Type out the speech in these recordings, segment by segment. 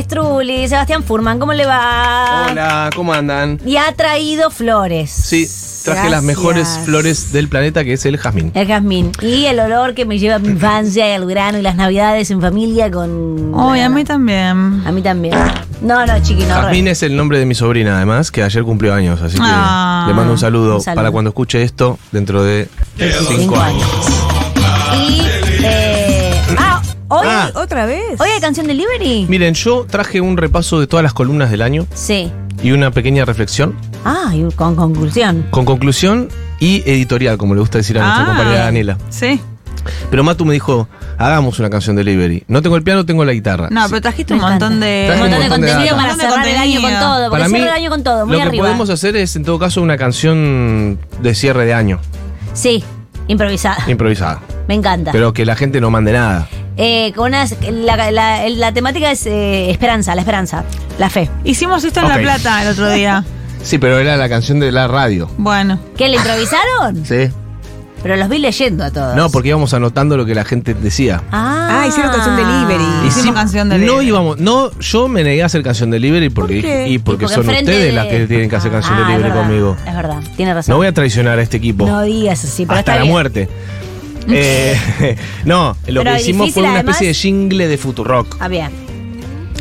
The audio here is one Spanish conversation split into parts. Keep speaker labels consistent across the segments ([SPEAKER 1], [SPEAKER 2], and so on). [SPEAKER 1] aquí Sebastián Furman. ¿Cómo le va?
[SPEAKER 2] Hola, ¿cómo andan?
[SPEAKER 1] Y ha traído flores.
[SPEAKER 2] Sí, traje
[SPEAKER 1] Gracias.
[SPEAKER 2] las mejores flores del planeta, que es el jazmín.
[SPEAKER 1] El jazmín. Y el olor que me lleva a mi infancia y al verano y las navidades en familia con.
[SPEAKER 3] Uy, a mí también.
[SPEAKER 1] A mí también. No, no, chiqui, no.
[SPEAKER 2] Jazmín es el nombre de mi sobrina, además, que ayer cumplió años, así que
[SPEAKER 3] Ah.
[SPEAKER 2] le mando un saludo,
[SPEAKER 1] Un saludo.
[SPEAKER 2] para cuando escuche esto dentro de cinco
[SPEAKER 1] Cinco
[SPEAKER 2] años.
[SPEAKER 1] Y. eh, ah, hoy,
[SPEAKER 2] Ah.
[SPEAKER 3] ¿Otra vez?
[SPEAKER 1] hoy hay canción delivery.
[SPEAKER 2] Miren, yo traje un repaso de todas las columnas del año
[SPEAKER 1] Sí.
[SPEAKER 2] y una pequeña reflexión,
[SPEAKER 1] Ah, y con conclusión.
[SPEAKER 2] con conclusión y editorial, como le gusta decir a nuestra
[SPEAKER 3] Ah.
[SPEAKER 2] compañera Daniela.
[SPEAKER 3] Sí.
[SPEAKER 2] Pero Matu me dijo, hagamos una canción delivery. No tengo el piano, tengo la guitarra.
[SPEAKER 3] No,
[SPEAKER 2] Sí.
[SPEAKER 3] pero trajiste
[SPEAKER 1] Me
[SPEAKER 3] un montón
[SPEAKER 1] encanta.
[SPEAKER 3] de.
[SPEAKER 1] Un montón de
[SPEAKER 2] Un montón de
[SPEAKER 1] contenido
[SPEAKER 2] data.
[SPEAKER 1] para
[SPEAKER 3] Un montón de
[SPEAKER 1] cerrar el año con
[SPEAKER 3] contenido.
[SPEAKER 1] todo. Porque
[SPEAKER 2] Para mí,
[SPEAKER 1] cierra el año con todo, muy
[SPEAKER 2] lo que
[SPEAKER 1] arriba.
[SPEAKER 2] podemos hacer es, en todo caso, una canción de cierre de año,
[SPEAKER 1] Sí, improvisada.
[SPEAKER 2] improvisada.
[SPEAKER 1] Me encanta.
[SPEAKER 2] Pero que la gente no mande nada.
[SPEAKER 1] Eh, con unas- la, la- la temática es eh, esperanza, la esperanza, la fe.
[SPEAKER 3] Hicimos esto en
[SPEAKER 2] Ok.
[SPEAKER 3] La Plata el otro día.
[SPEAKER 2] Sí, pero era la canción de la radio.
[SPEAKER 3] Bueno.
[SPEAKER 1] ¿Qué le improvisaron?
[SPEAKER 2] Sí.
[SPEAKER 1] Pero los vi leyendo a todos.
[SPEAKER 2] No, porque íbamos anotando lo que la gente decía.
[SPEAKER 1] Ah,
[SPEAKER 4] Ah, hicieron canción delivery.
[SPEAKER 3] Hicimos canción de
[SPEAKER 2] No
[SPEAKER 3] Liberty.
[SPEAKER 2] íbamos, no, yo me negué a hacer canción delivery porque
[SPEAKER 4] ¿Por qué?
[SPEAKER 2] dije- y porque,
[SPEAKER 1] Y
[SPEAKER 2] son
[SPEAKER 1] enfrente
[SPEAKER 2] ustedes
[SPEAKER 1] de-
[SPEAKER 2] las que tienen que hacer canción
[SPEAKER 1] Ah, es
[SPEAKER 2] delivery
[SPEAKER 1] verdad,
[SPEAKER 2] conmigo.
[SPEAKER 1] Es verdad, tiene razón.
[SPEAKER 2] No voy a traicionar a este equipo
[SPEAKER 1] No digas así, pero
[SPEAKER 2] hasta
[SPEAKER 1] está
[SPEAKER 2] la
[SPEAKER 1] bien.
[SPEAKER 2] muerte. Eh, no,
[SPEAKER 1] Pero
[SPEAKER 2] lo que hicimos
[SPEAKER 1] difícil,
[SPEAKER 2] fue una
[SPEAKER 1] además-
[SPEAKER 2] especie de jingle de Futurock.
[SPEAKER 1] Ah, bien.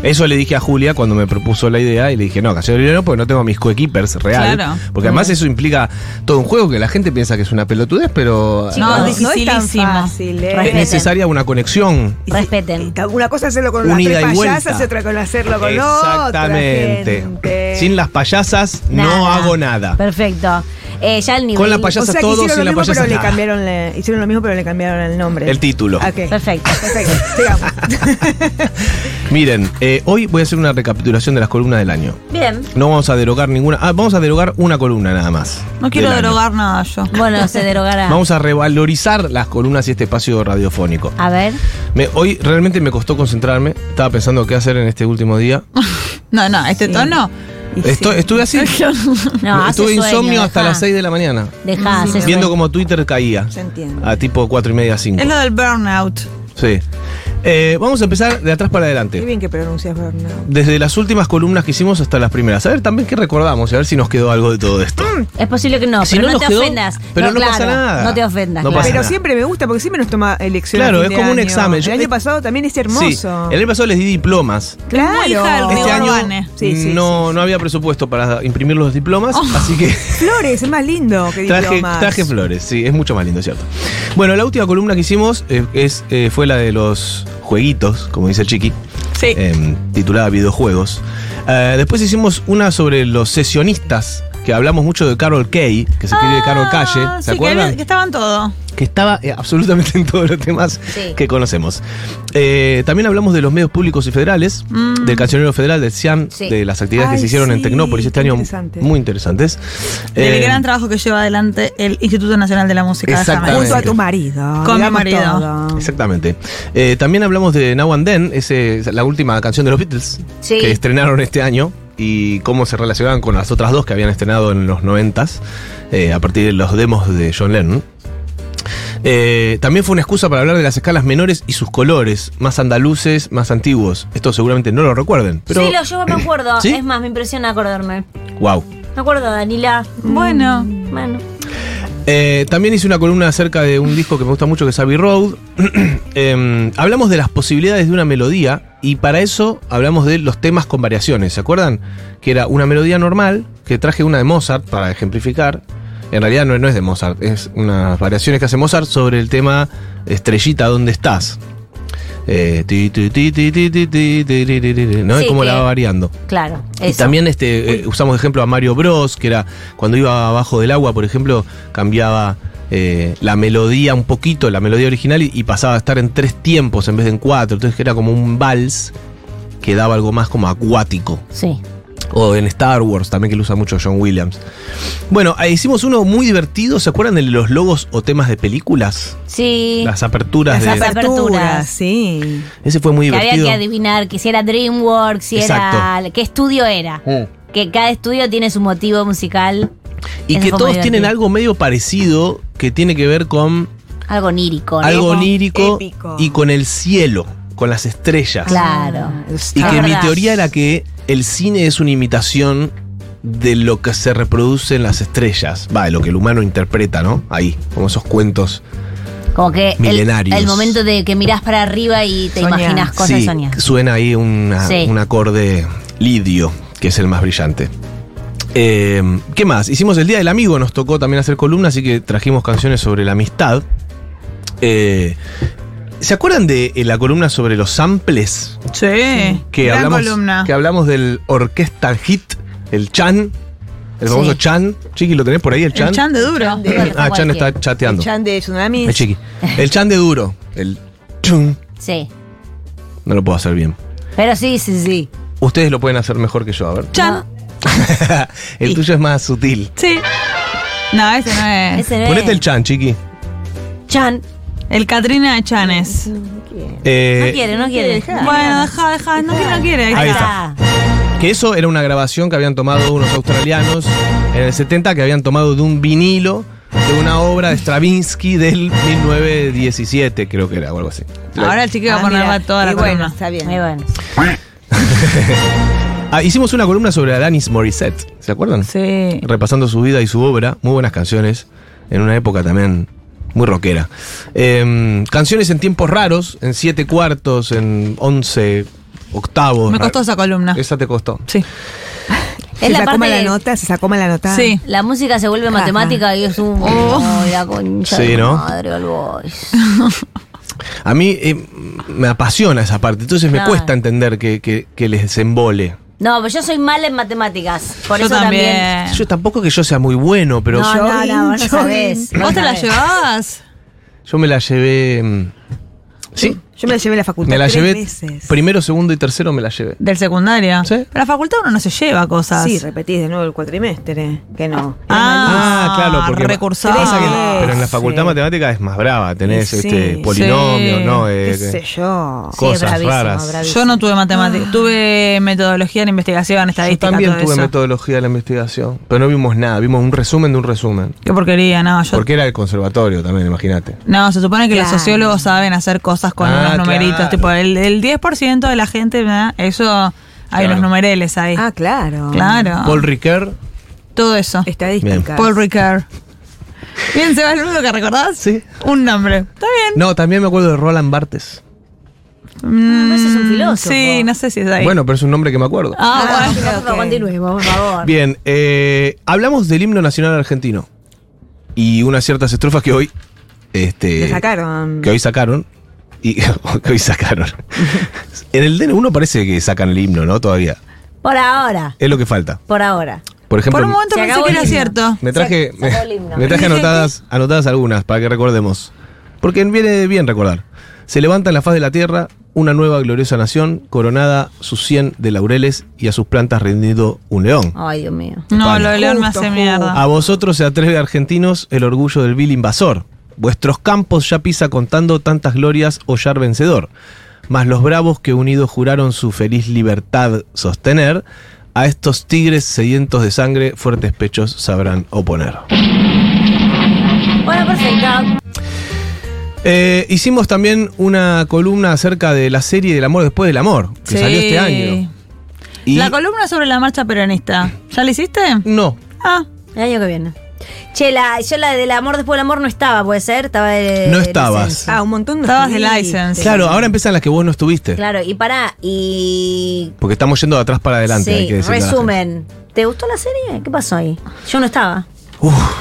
[SPEAKER 2] Eso le dije a Julia cuando me propuso la idea y le dije, no, canción delivery no, porque no tengo a mis coequippers real.
[SPEAKER 3] Claro.
[SPEAKER 2] Porque además eso implica todo un juego que la gente piensa que es una pelotudez, pero
[SPEAKER 1] Chicos,
[SPEAKER 3] no,
[SPEAKER 1] no
[SPEAKER 3] es
[SPEAKER 1] es
[SPEAKER 3] dificilísimo.
[SPEAKER 4] fácil, ¿eh?
[SPEAKER 2] es
[SPEAKER 1] Respeten.
[SPEAKER 2] necesaria una conexión.
[SPEAKER 4] Y-
[SPEAKER 1] Respeten.
[SPEAKER 4] y- Una cosa es hacerlo con las
[SPEAKER 2] Unida
[SPEAKER 4] tres
[SPEAKER 2] y vuelta.
[SPEAKER 4] payasas, otra con hacerlo con
[SPEAKER 2] Exactamente.
[SPEAKER 4] otra gente.
[SPEAKER 2] Sin las payasas no
[SPEAKER 1] Nada.
[SPEAKER 2] hago nada.
[SPEAKER 1] Perfecto. Eh, ya el nivel.
[SPEAKER 2] Con la payasa-
[SPEAKER 4] o sea, que
[SPEAKER 2] todos
[SPEAKER 4] hicieron
[SPEAKER 2] y la
[SPEAKER 4] lo mismo,
[SPEAKER 2] payasa
[SPEAKER 4] pero le
[SPEAKER 2] nada.
[SPEAKER 4] cambiaron le- hicieron lo mismo, pero le cambiaron el nombre. Ah,
[SPEAKER 2] El título.
[SPEAKER 4] Ok.
[SPEAKER 1] Perfecto.
[SPEAKER 4] Perfecto. Sigamos.
[SPEAKER 2] Miren, eh, hoy voy a hacer una recapitulación de las columnas del año.
[SPEAKER 1] Bien.
[SPEAKER 2] No vamos a derogar ninguna. Ah, vamos a derogar una columna nada más.
[SPEAKER 3] No quiero
[SPEAKER 2] del año.
[SPEAKER 3] derogar nada yo.
[SPEAKER 1] Bueno, se derogará.
[SPEAKER 2] Vamos a revalorizar las columnas y este espacio radiofónico.
[SPEAKER 1] A ver.
[SPEAKER 2] Me- hoy realmente me costó concentrarme. Estaba pensando qué hacer en este último día.
[SPEAKER 3] No, no, este tono.
[SPEAKER 4] Y
[SPEAKER 2] Esto-
[SPEAKER 4] sí.
[SPEAKER 2] Estuve así.
[SPEAKER 1] No, hace
[SPEAKER 2] Estuve
[SPEAKER 1] sueño,
[SPEAKER 2] insomnio hasta
[SPEAKER 1] dejá.
[SPEAKER 2] las 6 de la mañana.
[SPEAKER 1] Dejá, hace
[SPEAKER 2] Viendo
[SPEAKER 1] sueño.
[SPEAKER 2] cómo Twitter caía.
[SPEAKER 4] Yo entiendo.
[SPEAKER 2] A tipo 4 y media, 5.
[SPEAKER 3] Es lo del burnout.
[SPEAKER 2] Sí. Eh, vamos a empezar de atrás para
[SPEAKER 4] Qué
[SPEAKER 2] adelante.
[SPEAKER 4] bien que pronuncias Bernardo.
[SPEAKER 2] Desde las últimas columnas que hicimos hasta las primeras. A ver también qué recordamos y a ver si nos quedó algo de todo esto.
[SPEAKER 1] Es posible que no,
[SPEAKER 2] Si
[SPEAKER 1] pero
[SPEAKER 2] no
[SPEAKER 1] no,
[SPEAKER 2] nos
[SPEAKER 1] te
[SPEAKER 2] quedó,
[SPEAKER 1] ofendas.
[SPEAKER 2] pero no pasa
[SPEAKER 1] claro,
[SPEAKER 2] nada.
[SPEAKER 1] No te ofendas.
[SPEAKER 2] No
[SPEAKER 1] claro.
[SPEAKER 2] pasa
[SPEAKER 4] Pero
[SPEAKER 2] nada.
[SPEAKER 4] siempre me gusta porque siempre nos toma elecciones.
[SPEAKER 2] Claro,
[SPEAKER 4] a fin
[SPEAKER 2] es
[SPEAKER 4] de
[SPEAKER 2] como un
[SPEAKER 4] año.
[SPEAKER 2] examen. Yo-
[SPEAKER 4] El año pasado también es
[SPEAKER 2] Sí,
[SPEAKER 4] hermoso.
[SPEAKER 2] el año pasado les di diplomas.
[SPEAKER 4] Claro.
[SPEAKER 3] Muy hija del
[SPEAKER 2] Este
[SPEAKER 3] Diego
[SPEAKER 2] año
[SPEAKER 3] Urbane.
[SPEAKER 4] Sí, sí,
[SPEAKER 2] no, no había presupuesto para imprimir los diplomas, así que
[SPEAKER 4] Flores, es más lindo que
[SPEAKER 2] traje,
[SPEAKER 4] diplomas.
[SPEAKER 2] traje flores. Sí, es mucho más lindo, ¿cierto? Bueno, la última columna que hicimos eh, es, eh, fue la de los jueguitos, como dice el Chiqui,
[SPEAKER 3] Sí.
[SPEAKER 2] eh, titulada Videojuegos. Eh, después hicimos una sobre los sesionistas, que hablamos mucho de Carol Kay, que se escribe Carol Calle.
[SPEAKER 3] Ah,
[SPEAKER 2] ¿Se
[SPEAKER 3] sí, que,
[SPEAKER 2] acuerdan?
[SPEAKER 3] había- que estaban todo.
[SPEAKER 2] que estaba eh, absolutamente en todos los temas
[SPEAKER 1] Sí.
[SPEAKER 2] que conocemos. Eh, también hablamos de los medios públicos y federales,
[SPEAKER 3] Mm.
[SPEAKER 2] del cancionero federal, del CIAN,
[SPEAKER 1] Sí.
[SPEAKER 2] de las actividades que
[SPEAKER 4] Ay,
[SPEAKER 2] se hicieron en
[SPEAKER 4] sí,
[SPEAKER 2] Tecnópolis este
[SPEAKER 4] qué
[SPEAKER 2] año,
[SPEAKER 4] interesante.
[SPEAKER 2] muy interesantes.
[SPEAKER 3] Del
[SPEAKER 2] Eh,
[SPEAKER 3] gran trabajo que lleva adelante el Instituto Nacional de la Música.
[SPEAKER 2] Exactamente.
[SPEAKER 3] déjame
[SPEAKER 4] Junto a
[SPEAKER 3] decirte.
[SPEAKER 4] tu marido.
[SPEAKER 3] Con mi
[SPEAKER 4] digamos
[SPEAKER 3] marido.
[SPEAKER 1] Ah.
[SPEAKER 4] todo.
[SPEAKER 2] Exactamente. Eh, también hablamos de Now and Then, ese- esa- la última canción de los Beatles
[SPEAKER 1] Sí.
[SPEAKER 2] que estrenaron este año y cómo se relacionaban con las otras dos que habían estrenado en los 90s eh, a partir de los demos de John Lennon. Eh, también fue una excusa para hablar de las escalas menores y sus colores, más andaluces, más antiguos. Esto seguramente no lo recuerden, pero
[SPEAKER 1] sí, lo, yo me acuerdo.
[SPEAKER 2] ¿Sí?
[SPEAKER 1] Es más, me impresiona acordarme.
[SPEAKER 2] wow.
[SPEAKER 1] Me acuerdo, Danila.
[SPEAKER 3] Bueno.
[SPEAKER 1] Bueno.
[SPEAKER 2] Eh, también hice una columna acerca de un disco que me gusta mucho que es Abbey Road. Em, hablamos de las posibilidades de una melodía y para eso hablamos de los temas con variaciones, ¿se acuerdan? Que era una melodía normal, que traje una de Mozart para ejemplificar. En realidad no, no es de Mozart, es unas variaciones que hace Mozart sobre el tema Estrellita, ¿dónde estás? Eh, ti, ti, ti, ti, ti, ti, ti, ti, ti, ti, ti, ¿No?
[SPEAKER 1] Sí,
[SPEAKER 2] Y cómo la
[SPEAKER 1] que-
[SPEAKER 2] va variando.
[SPEAKER 1] Claro,
[SPEAKER 2] Y
[SPEAKER 1] eso.
[SPEAKER 2] también este, eh, usamos de ejemplo a Mario Bros, que era cuando iba abajo del agua, por ejemplo, cambiaba eh, la melodía un poquito, la melodía original, y, y pasaba a estar en tres tiempos en vez de en cuatro. Entonces que era como un vals que daba algo más como acuático.
[SPEAKER 1] Sí.
[SPEAKER 2] O en Star Wars, también que lo usa mucho John Williams. Bueno, ahí hicimos uno muy divertido, ¿se acuerdan de los logos o temas de películas?
[SPEAKER 1] Sí.
[SPEAKER 2] Las aperturas
[SPEAKER 4] Las
[SPEAKER 2] de...
[SPEAKER 1] aper-
[SPEAKER 4] aperturas, sí.
[SPEAKER 2] Ese fue muy
[SPEAKER 1] que había
[SPEAKER 2] divertido.
[SPEAKER 1] que adivinar que si era DreamWorks, si
[SPEAKER 2] Exacto.
[SPEAKER 1] era. ¿Qué estudio era?
[SPEAKER 2] Mm.
[SPEAKER 1] Que cada estudio tiene su motivo musical.
[SPEAKER 2] Y
[SPEAKER 1] Ese
[SPEAKER 2] que
[SPEAKER 1] fue muy
[SPEAKER 2] todos tienen
[SPEAKER 1] divertido.
[SPEAKER 2] algo medio parecido que tiene que ver con
[SPEAKER 1] Algo onírico, ¿no?
[SPEAKER 2] algo onírico
[SPEAKER 4] épico.
[SPEAKER 2] y con el cielo. con las estrellas.
[SPEAKER 1] Claro.
[SPEAKER 4] Ah,
[SPEAKER 2] Y
[SPEAKER 1] Es
[SPEAKER 2] que mi
[SPEAKER 1] verdad.
[SPEAKER 2] teoría era que el cine es una imitación de lo que se reproduce en las estrellas. Va, de lo que el humano interpreta, ¿no? Ahí, como esos cuentos.
[SPEAKER 1] Como que el- el,
[SPEAKER 2] Milenarios.
[SPEAKER 1] momento de que mirás para arriba y te
[SPEAKER 4] Soñás.
[SPEAKER 1] imaginas cosas
[SPEAKER 2] sí,
[SPEAKER 1] soñadas.
[SPEAKER 2] suena ahí una-
[SPEAKER 1] Sí.
[SPEAKER 2] un acorde lidio, que es el más brillante. Eh, ¿Qué más? Hicimos el Día del Amigo, nos tocó también hacer columnas, así que trajimos canciones sobre la amistad. Eh, ¿Se acuerdan de eh, la columna sobre los samples?
[SPEAKER 3] Sí.
[SPEAKER 2] que
[SPEAKER 3] Gran
[SPEAKER 2] hablamos,
[SPEAKER 3] columna.
[SPEAKER 2] que hablamos del orquesta hit, el Chan, el famoso
[SPEAKER 1] Sí.
[SPEAKER 2] Chan. Chiqui, ¿lo tenés por ahí, el Chan?
[SPEAKER 3] El chan de duro.
[SPEAKER 2] Ah, Chan está chateando.
[SPEAKER 4] El chan de tsunamis.
[SPEAKER 2] El Chiqui. El Chan de duro. El Chun.
[SPEAKER 1] Sí.
[SPEAKER 2] No lo puedo hacer bien.
[SPEAKER 1] Pero sí, sí, sí.
[SPEAKER 2] Ustedes lo pueden hacer mejor que yo, a ver.
[SPEAKER 3] Chan.
[SPEAKER 2] el tuyo es más sutil.
[SPEAKER 3] Sí. No, ese no es.
[SPEAKER 1] Ese no
[SPEAKER 2] Ponete
[SPEAKER 1] es.
[SPEAKER 2] el Chan, Chiqui.
[SPEAKER 1] Chan.
[SPEAKER 3] El Katrina de Chanes.
[SPEAKER 1] No
[SPEAKER 2] Eh,
[SPEAKER 1] quiere, no quiere.
[SPEAKER 3] Bueno, deja, deja. No quiere, no quiere.
[SPEAKER 2] Ahí
[SPEAKER 1] Ahí
[SPEAKER 2] está.
[SPEAKER 1] está.
[SPEAKER 2] Que eso era una grabación que habían tomado unos australianos en el 70 que habían tomado de un vinilo de una obra de Stravinsky del 1917, creo que era, o algo así.
[SPEAKER 3] Ahora el chico va a
[SPEAKER 4] Ah,
[SPEAKER 3] ponerla
[SPEAKER 4] mira.
[SPEAKER 3] toda la
[SPEAKER 4] Y bueno,
[SPEAKER 3] columna.
[SPEAKER 4] está bien.
[SPEAKER 1] Muy bueno.
[SPEAKER 2] Ah, hicimos una columna sobre Alanis Morissette, ¿se acuerdan?
[SPEAKER 3] Sí.
[SPEAKER 2] Repasando su vida y su obra, muy buenas canciones, en una época también muy rockera. Em, canciones en tiempos raros, en siete cuartos, en 11 octavos.
[SPEAKER 3] Me costó esa columna.
[SPEAKER 2] Esa te costó.
[SPEAKER 3] Sí.
[SPEAKER 1] Es
[SPEAKER 4] Se
[SPEAKER 1] la
[SPEAKER 4] sacó
[SPEAKER 1] parte
[SPEAKER 4] mala
[SPEAKER 1] de-
[SPEAKER 4] nota, se sacó mala nota.
[SPEAKER 3] Sí.
[SPEAKER 1] La música se vuelve
[SPEAKER 4] Ajá.
[SPEAKER 1] matemática y es un. Oh, la concha.
[SPEAKER 2] Sí,
[SPEAKER 1] de
[SPEAKER 2] ¿no?
[SPEAKER 1] Madre, all boys.
[SPEAKER 2] A mí eh, me apasiona esa parte, entonces me
[SPEAKER 1] Claro.
[SPEAKER 2] cuesta entender que, que- que les embole.
[SPEAKER 1] No, pero yo soy mala en matemáticas. Por
[SPEAKER 3] Yo
[SPEAKER 1] eso también.
[SPEAKER 3] también.
[SPEAKER 2] Yo tampoco que yo sea muy bueno, pero
[SPEAKER 1] No,
[SPEAKER 2] yo,
[SPEAKER 1] no, no, vos no sabés.
[SPEAKER 3] ¿Vos te la llevabas?
[SPEAKER 2] yo me la llevé... mm, Sí,
[SPEAKER 4] Yo me la llevé a la facultad.
[SPEAKER 2] me la
[SPEAKER 4] tres
[SPEAKER 2] llevé...
[SPEAKER 4] veces.
[SPEAKER 2] Primero, segundo y tercero me la llevé.
[SPEAKER 3] Del secundario.
[SPEAKER 2] Sí.
[SPEAKER 3] Pero a la facultad uno no se lleva cosas.
[SPEAKER 4] Sí, repetís de nuevo el cuatrimestre. Que no.
[SPEAKER 3] Ah,
[SPEAKER 2] Ah, claro, porque
[SPEAKER 3] recursado.
[SPEAKER 2] pasa que- pero en la
[SPEAKER 4] Sí.
[SPEAKER 2] facultad de matemática es más brava, tenés
[SPEAKER 4] Sí.
[SPEAKER 2] este polinomio,
[SPEAKER 3] Sí.
[SPEAKER 2] ¿no? Eh,
[SPEAKER 4] Qué
[SPEAKER 2] que-
[SPEAKER 4] sé yo.
[SPEAKER 2] Sí, cosas
[SPEAKER 1] bravísimo,
[SPEAKER 2] raras.
[SPEAKER 1] bravísimo.
[SPEAKER 3] Yo no tuve matemática, tuve metodología en investigación,
[SPEAKER 2] yo
[SPEAKER 3] estadística,
[SPEAKER 2] también
[SPEAKER 3] todo
[SPEAKER 2] tuve
[SPEAKER 3] eso.
[SPEAKER 2] metodología de la investigación, pero no vimos nada, vimos un resumen de un resumen.
[SPEAKER 3] Qué porquería, no, yo...
[SPEAKER 2] Porque era el conservatorio también, imagínate.
[SPEAKER 3] No, se supone que
[SPEAKER 4] Claro.
[SPEAKER 3] los sociólogos saben hacer cosas con
[SPEAKER 2] Ah,
[SPEAKER 3] unos numeritos,
[SPEAKER 2] claro.
[SPEAKER 3] tipo el, el 10% de la gente, ¿verdad? eso hay
[SPEAKER 2] Claro.
[SPEAKER 3] unos numereles ahí.
[SPEAKER 4] Ah, claro.
[SPEAKER 3] claro.
[SPEAKER 2] Paul Ricoeur,
[SPEAKER 3] todo eso.
[SPEAKER 4] Estadística.
[SPEAKER 3] Paul Ricard. Bien, Seba, el único que recordás.
[SPEAKER 2] Sí.
[SPEAKER 3] Un nombre. Está bien.
[SPEAKER 2] No, también me acuerdo de Roland Barthes.
[SPEAKER 1] Pero Ah, ese es un filósofo.
[SPEAKER 3] Mm, Sí, no sé si es ahí.
[SPEAKER 2] Bueno, pero es un nombre que me acuerdo.
[SPEAKER 3] Ah,
[SPEAKER 1] Ah,
[SPEAKER 3] bueno.
[SPEAKER 1] bueno, por favor,
[SPEAKER 4] ok.
[SPEAKER 1] continuemos, por favor.
[SPEAKER 2] Bien, eh, hablamos del himno nacional argentino y unas ciertas estrofas que hoy. Este,
[SPEAKER 4] Lo sacaron.
[SPEAKER 2] Que hoy sacaron. Y que hoy sacaron. en el DN1 parece que sacan el himno, ¿no? Todavía.
[SPEAKER 1] Por ahora.
[SPEAKER 2] Es lo que falta.
[SPEAKER 1] Por ahora.
[SPEAKER 2] Por ejemplo.
[SPEAKER 3] Por un momento
[SPEAKER 1] Se
[SPEAKER 3] pensé
[SPEAKER 1] acabó
[SPEAKER 3] que
[SPEAKER 1] el
[SPEAKER 3] era
[SPEAKER 1] himno.
[SPEAKER 3] cierto.
[SPEAKER 2] Me traje,
[SPEAKER 1] Se- sacó el himno.
[SPEAKER 2] me traje anotadas, anotadas algunas para que recordemos. Porque viene bien recordar. Se levanta en la faz de la tierra una nueva gloriosa nación, coronada sus cien de laureles y a sus plantas rendido un león.
[SPEAKER 1] Ay, Dios mío.
[SPEAKER 3] No,
[SPEAKER 2] Pan.
[SPEAKER 3] lo de León me
[SPEAKER 4] Justo,
[SPEAKER 3] hace
[SPEAKER 4] justo.
[SPEAKER 3] mierda.
[SPEAKER 2] A vosotros se atreve, argentinos, el orgullo del vil invasor. Vuestros campos ya pisa contando tantas glorias hollar vencedor. Mas los bravos que unidos juraron su feliz libertad sostener, a estos tigres sedientos de sangre, fuertes pechos sabrán oponer.
[SPEAKER 1] Bueno, perfecto.
[SPEAKER 2] Eh, hicimos también una columna acerca de la serie del amor después del amor, que
[SPEAKER 3] Sí.
[SPEAKER 2] salió este año. Y
[SPEAKER 3] La columna sobre la marcha peronista. ¿Ya la hiciste?
[SPEAKER 2] no,
[SPEAKER 3] Ah,
[SPEAKER 1] El año que viene. Che, la, yo la del amor después del amor no estaba, ¿puede ser? Estaba el-
[SPEAKER 2] No
[SPEAKER 1] el
[SPEAKER 2] estabas.
[SPEAKER 1] censo.
[SPEAKER 4] Ah, un montón de.
[SPEAKER 3] Estabas de
[SPEAKER 4] estuviste.
[SPEAKER 3] license.
[SPEAKER 2] claro, ahora empiezan las que vos no estuviste.
[SPEAKER 1] Claro, y pará, y...
[SPEAKER 2] Porque estamos yendo de atrás para adelante.
[SPEAKER 1] sí,
[SPEAKER 2] hay que decirle a la
[SPEAKER 1] resumen. ¿Te gustó la serie? ¿Qué pasó ahí? Yo no estaba.
[SPEAKER 2] gente. Uf,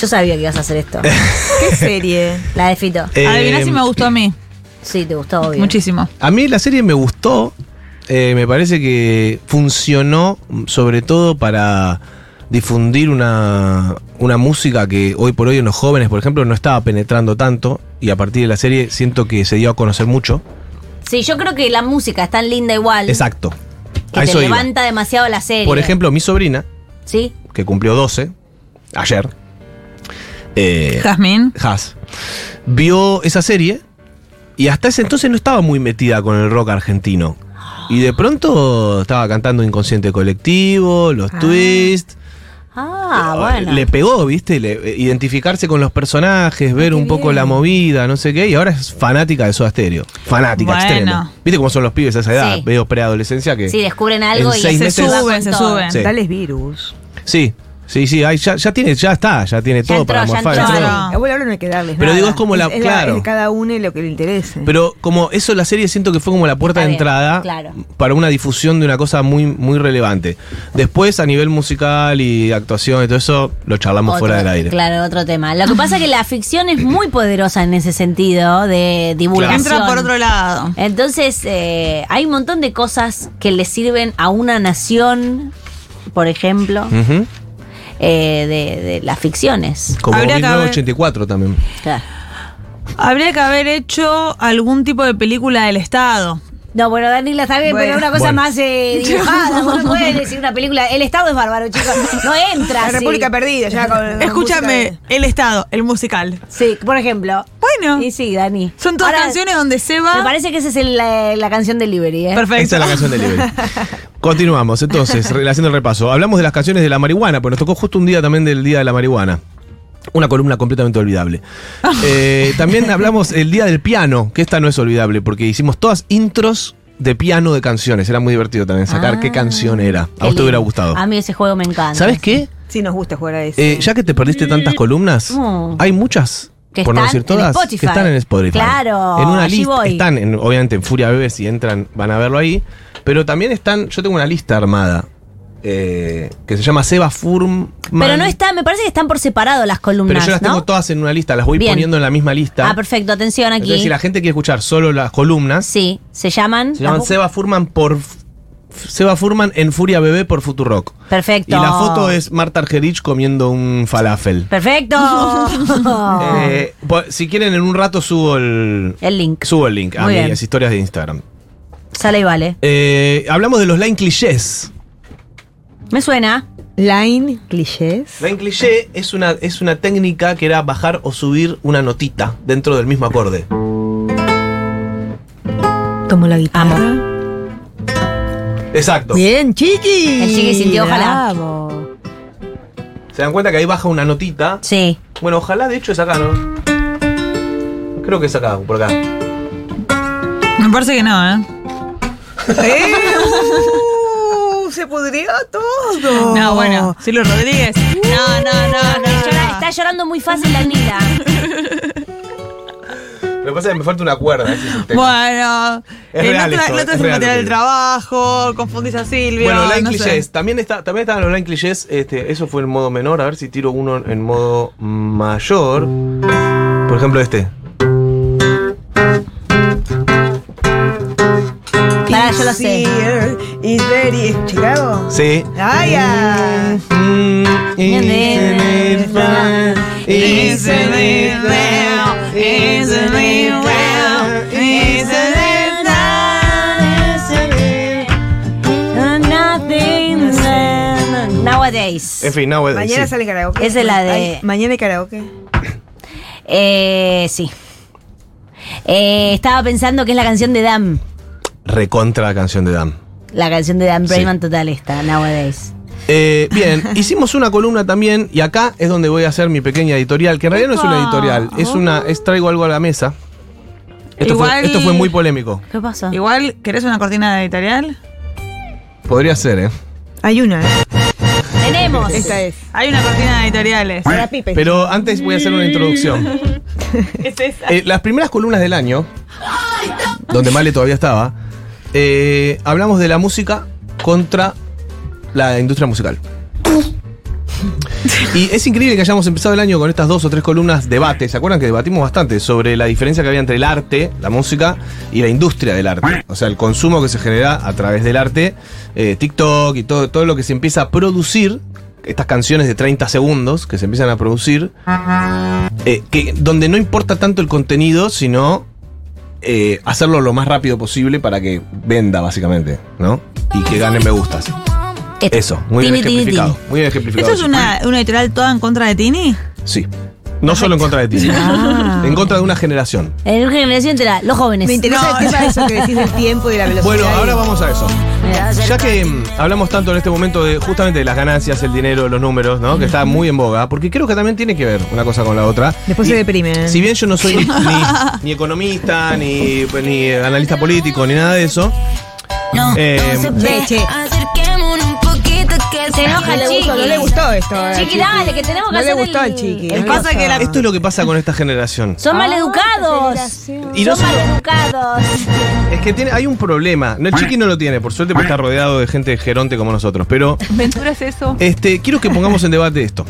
[SPEAKER 1] Yo sabía que ibas a hacer esto.
[SPEAKER 4] ¿Qué serie?
[SPEAKER 1] La de Fito.
[SPEAKER 2] eh,
[SPEAKER 3] adiviná si me gustó a mí.
[SPEAKER 1] Sí, te gustó, obvio.
[SPEAKER 3] Muchísimo.
[SPEAKER 2] A mí la serie me gustó. eh, me parece que funcionó mm, sobre todo para difundir una, una música que hoy por hoy en los jóvenes, por ejemplo, no estaba penetrando tanto. Y a partir de la serie siento que se dio a conocer mucho.
[SPEAKER 1] Sí, yo creo que la música es tan linda igual.
[SPEAKER 2] Exacto.
[SPEAKER 1] Que
[SPEAKER 2] A
[SPEAKER 1] te
[SPEAKER 2] eso iba.
[SPEAKER 1] levanta demasiado la serie.
[SPEAKER 2] Por ejemplo, mi sobrina,
[SPEAKER 1] Sí.
[SPEAKER 2] que cumplió 12 ayer, eh,
[SPEAKER 3] Jazmín.
[SPEAKER 2] Has, vio esa serie y hasta ese entonces no estaba muy metida con el rock argentino. Y de pronto estaba cantando Inconsciente Colectivo, Los
[SPEAKER 4] Ah.
[SPEAKER 2] Twists,
[SPEAKER 1] Ah,
[SPEAKER 2] Eh,
[SPEAKER 1] bueno.
[SPEAKER 2] Le pegó, ¿viste? Le- eh, identificarse con los personajes, ver un poco la movida, no sé qué, y ahora es fanática de Soda Stereo. Fanática,
[SPEAKER 3] Bueno.
[SPEAKER 2] extrema. ¿Viste cómo son los pibes a esa edad?
[SPEAKER 1] Sí.
[SPEAKER 2] Veo preadolescencia que.
[SPEAKER 1] sí, descubren algo
[SPEAKER 2] en
[SPEAKER 1] y
[SPEAKER 2] seis
[SPEAKER 1] se
[SPEAKER 2] meses-
[SPEAKER 1] suben,
[SPEAKER 3] suben, se suben.
[SPEAKER 2] Sí.
[SPEAKER 4] Dales virus.
[SPEAKER 2] Sí, sí, sí, ahí ya, ya tiene, ya está, ya tiene todo
[SPEAKER 1] entró,
[SPEAKER 2] para
[SPEAKER 1] ya
[SPEAKER 2] morfar.
[SPEAKER 1] entró.
[SPEAKER 2] ya
[SPEAKER 3] Claro.
[SPEAKER 2] está.
[SPEAKER 4] A Abuelo, ahora no hay que darles
[SPEAKER 2] Pero
[SPEAKER 4] nada.
[SPEAKER 2] digo, es como la-
[SPEAKER 4] Es
[SPEAKER 2] claro.
[SPEAKER 4] es cada uno lo que le interese.
[SPEAKER 2] Pero como eso la serie siento que fue como la puerta
[SPEAKER 1] Está
[SPEAKER 2] de
[SPEAKER 1] bien,
[SPEAKER 2] entrada
[SPEAKER 1] claro.
[SPEAKER 2] para una difusión de una cosa muy, muy relevante. Después, a nivel musical y actuación y todo eso, lo charlamos fuera del
[SPEAKER 1] Otro-
[SPEAKER 2] aire.
[SPEAKER 1] Claro, otro tema. Lo que pasa es que la ficción es muy poderosa en ese sentido de divulgación.
[SPEAKER 3] Entra por otro lado.
[SPEAKER 1] Entonces, eh, hay un montón de cosas que le sirven a una nación, por ejemplo,
[SPEAKER 2] Ujú.
[SPEAKER 1] eh, de, de las ficciones.
[SPEAKER 2] Como
[SPEAKER 3] Habría que
[SPEAKER 2] 1984 también.
[SPEAKER 1] Claro.
[SPEAKER 3] Habría que haber hecho algún tipo de película del Estado.
[SPEAKER 1] No, bueno, Daniela está bien,
[SPEAKER 4] Bueno.
[SPEAKER 1] pero una cosa
[SPEAKER 2] Bueno.
[SPEAKER 1] más eh, dibujada. Vos no puedes decir una película. El Estado es bárbaro, chicos. No entra.
[SPEAKER 4] la
[SPEAKER 1] así.
[SPEAKER 4] República Perdida, ya con- con
[SPEAKER 3] Escúchame,
[SPEAKER 4] música
[SPEAKER 3] el Estado, el musical.
[SPEAKER 1] Sí, por ejemplo.
[SPEAKER 3] Bueno.
[SPEAKER 1] Y sí, Dani.
[SPEAKER 3] Son todas
[SPEAKER 1] Ahora,
[SPEAKER 3] canciones donde se
[SPEAKER 1] Me
[SPEAKER 3] va.
[SPEAKER 1] parece que esa es el, la, la canción de Liberty, ¿eh?
[SPEAKER 3] Perfecto.
[SPEAKER 2] Esta es la canción del libro. Continuamos, entonces, re- haciendo el repaso. Hablamos de las canciones de la marihuana, pues nos tocó justo un día también del Día de la Marihuana. Una columna completamente olvidable. Eh, también hablamos el Día del Piano, que esta no es olvidable, porque hicimos todas intros de piano de canciones. Era muy divertido también sacar
[SPEAKER 1] Ah,
[SPEAKER 2] qué canción era.
[SPEAKER 1] qué
[SPEAKER 2] A vos te
[SPEAKER 1] lindo.
[SPEAKER 2] hubiera gustado.
[SPEAKER 1] A mí ese juego me encanta.
[SPEAKER 2] ¿Sabes qué?
[SPEAKER 4] de- Sí, nos gusta jugar a eso.
[SPEAKER 2] Eh, ya que te perdiste tantas columnas,
[SPEAKER 1] Mm.
[SPEAKER 2] hay muchas.
[SPEAKER 1] Que
[SPEAKER 2] por no
[SPEAKER 1] están
[SPEAKER 2] decir todas,
[SPEAKER 1] en Spotify.
[SPEAKER 2] que están en Spotify.
[SPEAKER 1] Claro,
[SPEAKER 2] En una
[SPEAKER 1] allí
[SPEAKER 2] lista.
[SPEAKER 1] voy.
[SPEAKER 2] Están, en- obviamente, en Furia Bebé, si entran, van a verlo ahí. Pero también están, yo tengo una lista armada eh, que se llama Seba Furman.
[SPEAKER 1] Pero no está, me parece que están por separado las columnas,
[SPEAKER 2] Pero yo las
[SPEAKER 1] ¿no?
[SPEAKER 2] tengo todas en una lista, las voy
[SPEAKER 1] Bien.
[SPEAKER 2] poniendo en la misma lista.
[SPEAKER 1] Ah, perfecto, atención aquí.
[SPEAKER 2] Entonces, si la gente quiere escuchar solo las columnas,
[SPEAKER 1] Sí, se llaman.
[SPEAKER 2] se llaman
[SPEAKER 1] Tampoco-
[SPEAKER 2] Seba Furman por. Seba Furman en Furia Bebé por Futurock.
[SPEAKER 1] Perfecto.
[SPEAKER 2] Y la foto es Marta Argerich comiendo un falafel.
[SPEAKER 1] Perfecto.
[SPEAKER 2] Eh, po- si quieren, en un rato subo el,
[SPEAKER 1] El link.
[SPEAKER 2] subo el link a
[SPEAKER 1] Muy bien.
[SPEAKER 2] mis historias de Instagram.
[SPEAKER 1] Sale y vale.
[SPEAKER 2] Eh, hablamos de los line clichés.
[SPEAKER 1] Me suena.
[SPEAKER 4] Line, clichés.
[SPEAKER 2] Line cliché es una, es una técnica que era bajar o subir una notita dentro del mismo acorde.
[SPEAKER 4] Tomo la guitarra.
[SPEAKER 2] Exacto.
[SPEAKER 4] Bien, chiqui.
[SPEAKER 1] El chiqui sintió, ojalá.
[SPEAKER 4] Bravo.
[SPEAKER 2] Se dan cuenta que ahí baja una notita.
[SPEAKER 1] Sí.
[SPEAKER 2] Bueno, ojalá de hecho es acá, ¿no? Creo que es acá, por acá.
[SPEAKER 3] Me parece que no, ¿eh?
[SPEAKER 4] Eh, uh, se pudrió
[SPEAKER 1] Oh.
[SPEAKER 4] todo.
[SPEAKER 3] No, bueno. Silvio Rodríguez. No, no, no,
[SPEAKER 1] Llora-
[SPEAKER 3] no.
[SPEAKER 1] está llorando muy fácil, Danila.
[SPEAKER 2] Lo que pasa es que me falta una cuerda. ese es el tema.
[SPEAKER 3] Bueno, eh,
[SPEAKER 2] Es
[SPEAKER 3] el
[SPEAKER 2] real
[SPEAKER 3] otro,
[SPEAKER 2] esto,
[SPEAKER 3] el otro
[SPEAKER 2] es
[SPEAKER 3] es el
[SPEAKER 2] real
[SPEAKER 3] material
[SPEAKER 2] lo
[SPEAKER 3] del
[SPEAKER 2] que digo.
[SPEAKER 3] trabajo, confundís a Silvio.
[SPEAKER 2] Bueno, line
[SPEAKER 3] no sé.
[SPEAKER 2] clichés. También, está, también estaban los line clichés. Este, eso fue en modo menor. A ver si tiro uno en modo mayor. Por ejemplo, este.
[SPEAKER 1] Pará,
[SPEAKER 4] Ah,
[SPEAKER 1] yo lo sé.
[SPEAKER 4] Is very Chicago.
[SPEAKER 2] Sí. Mm,
[SPEAKER 4] Ay, ah. ay.
[SPEAKER 3] Isn't it well? Isn't it well? Isn't it
[SPEAKER 1] Nothing left. Nowadays.
[SPEAKER 2] En fin, no, bueno,
[SPEAKER 4] Mañana
[SPEAKER 2] sí.
[SPEAKER 4] sale karaoke.
[SPEAKER 1] Esa es la de-
[SPEAKER 4] Ay, mañana hay karaoke.
[SPEAKER 1] Eh, sí. Eh, estaba pensando que es la canción de Dam.
[SPEAKER 2] Recontra la canción de Dam.
[SPEAKER 1] La canción de Dan
[SPEAKER 2] Sí.
[SPEAKER 1] Brayman total esta, nowadays.
[SPEAKER 2] Eh, bien, hicimos una columna también y acá es donde voy a hacer mi pequeña editorial, que en realidad no es una
[SPEAKER 3] Epa.
[SPEAKER 2] editorial, es una, es traigo algo a la mesa. Esto,
[SPEAKER 3] Igual-
[SPEAKER 2] fue, esto fue muy polémico.
[SPEAKER 1] ¿Qué pasó?
[SPEAKER 3] Igual, ¿querés una cortina de editorial?
[SPEAKER 2] Podría ser, ¿eh?
[SPEAKER 4] Hay una. ¿eh?
[SPEAKER 1] Tenemos.
[SPEAKER 4] Esta es.
[SPEAKER 3] Hay una cortina de editoriales.
[SPEAKER 4] Para Pipe.
[SPEAKER 2] Pero antes voy a hacer una introducción.
[SPEAKER 3] Es esa.
[SPEAKER 2] Eh, las primeras columnas del año, donde Male todavía estaba, eh, hablamos de la música contra la industria musical. Y es increíble que hayamos empezado el año con estas dos o tres columnas debate. ¿Se acuerdan que debatimos bastante sobre la diferencia que había entre el arte, la música, y la industria del arte? O sea, el consumo que se genera a través del arte, eh, TikTok y todo, todo lo que se empieza a producir, estas canciones de 30 segundos que se empiezan a producir, eh, que, donde no importa tanto el contenido, sino eh, hacerlo lo más rápido posible para que venda, básicamente, ¿no? Y que gane me gustas.
[SPEAKER 1] Esta.
[SPEAKER 2] Eso, muy bien
[SPEAKER 1] Tini, tini,
[SPEAKER 2] ejemplificado.
[SPEAKER 1] tini.
[SPEAKER 2] Muy bien ejemplificado.
[SPEAKER 3] ¿Esto es una, una editorial toda en contra de Tini?
[SPEAKER 2] Sí. No solo en contra de ti. En contra de una generación.
[SPEAKER 1] En una generación entera, los jóvenes.
[SPEAKER 4] Me interesa
[SPEAKER 3] No.
[SPEAKER 4] el tema de eso que decís del tiempo y de la velocidad.
[SPEAKER 2] Bueno,
[SPEAKER 4] y-
[SPEAKER 2] ahora vamos a eso. Ya que mm, hablamos tanto en este momento de justamente de las ganancias, el dinero, los números, ¿no? Que está muy en boga, porque creo que también tiene que ver una cosa con la otra.
[SPEAKER 4] Después
[SPEAKER 2] Y-
[SPEAKER 4] se deprimen.
[SPEAKER 2] Si bien yo no soy ni, ni economista, ni, pues, ni analista político, ni nada de eso.
[SPEAKER 5] No,
[SPEAKER 2] Eh,
[SPEAKER 5] no se ve.
[SPEAKER 4] che.
[SPEAKER 5] Acerquémonos un poquito que
[SPEAKER 1] Se enoja
[SPEAKER 4] No le
[SPEAKER 1] el
[SPEAKER 4] gustó,
[SPEAKER 1] Ah, chiqui.
[SPEAKER 4] no le gustó esto. eh,
[SPEAKER 1] Chiqui, dale, que tenemos que
[SPEAKER 4] No le
[SPEAKER 1] hacer
[SPEAKER 4] gustó
[SPEAKER 1] el-
[SPEAKER 4] al chiqui.
[SPEAKER 1] el
[SPEAKER 4] no le
[SPEAKER 3] pasa
[SPEAKER 4] gustó.
[SPEAKER 3] que la-
[SPEAKER 2] Esto es lo que pasa con esta generación.
[SPEAKER 1] Son maleducados.
[SPEAKER 2] Y no
[SPEAKER 1] Son
[SPEAKER 2] solo-
[SPEAKER 1] maleducados.
[SPEAKER 2] Es que tiene, hay un problema. No, el chiqui no lo tiene, por suerte, porque está rodeado de gente geronte como nosotros. Pero
[SPEAKER 3] ¿Ventura es eso?
[SPEAKER 2] este, quiero que pongamos en debate esto.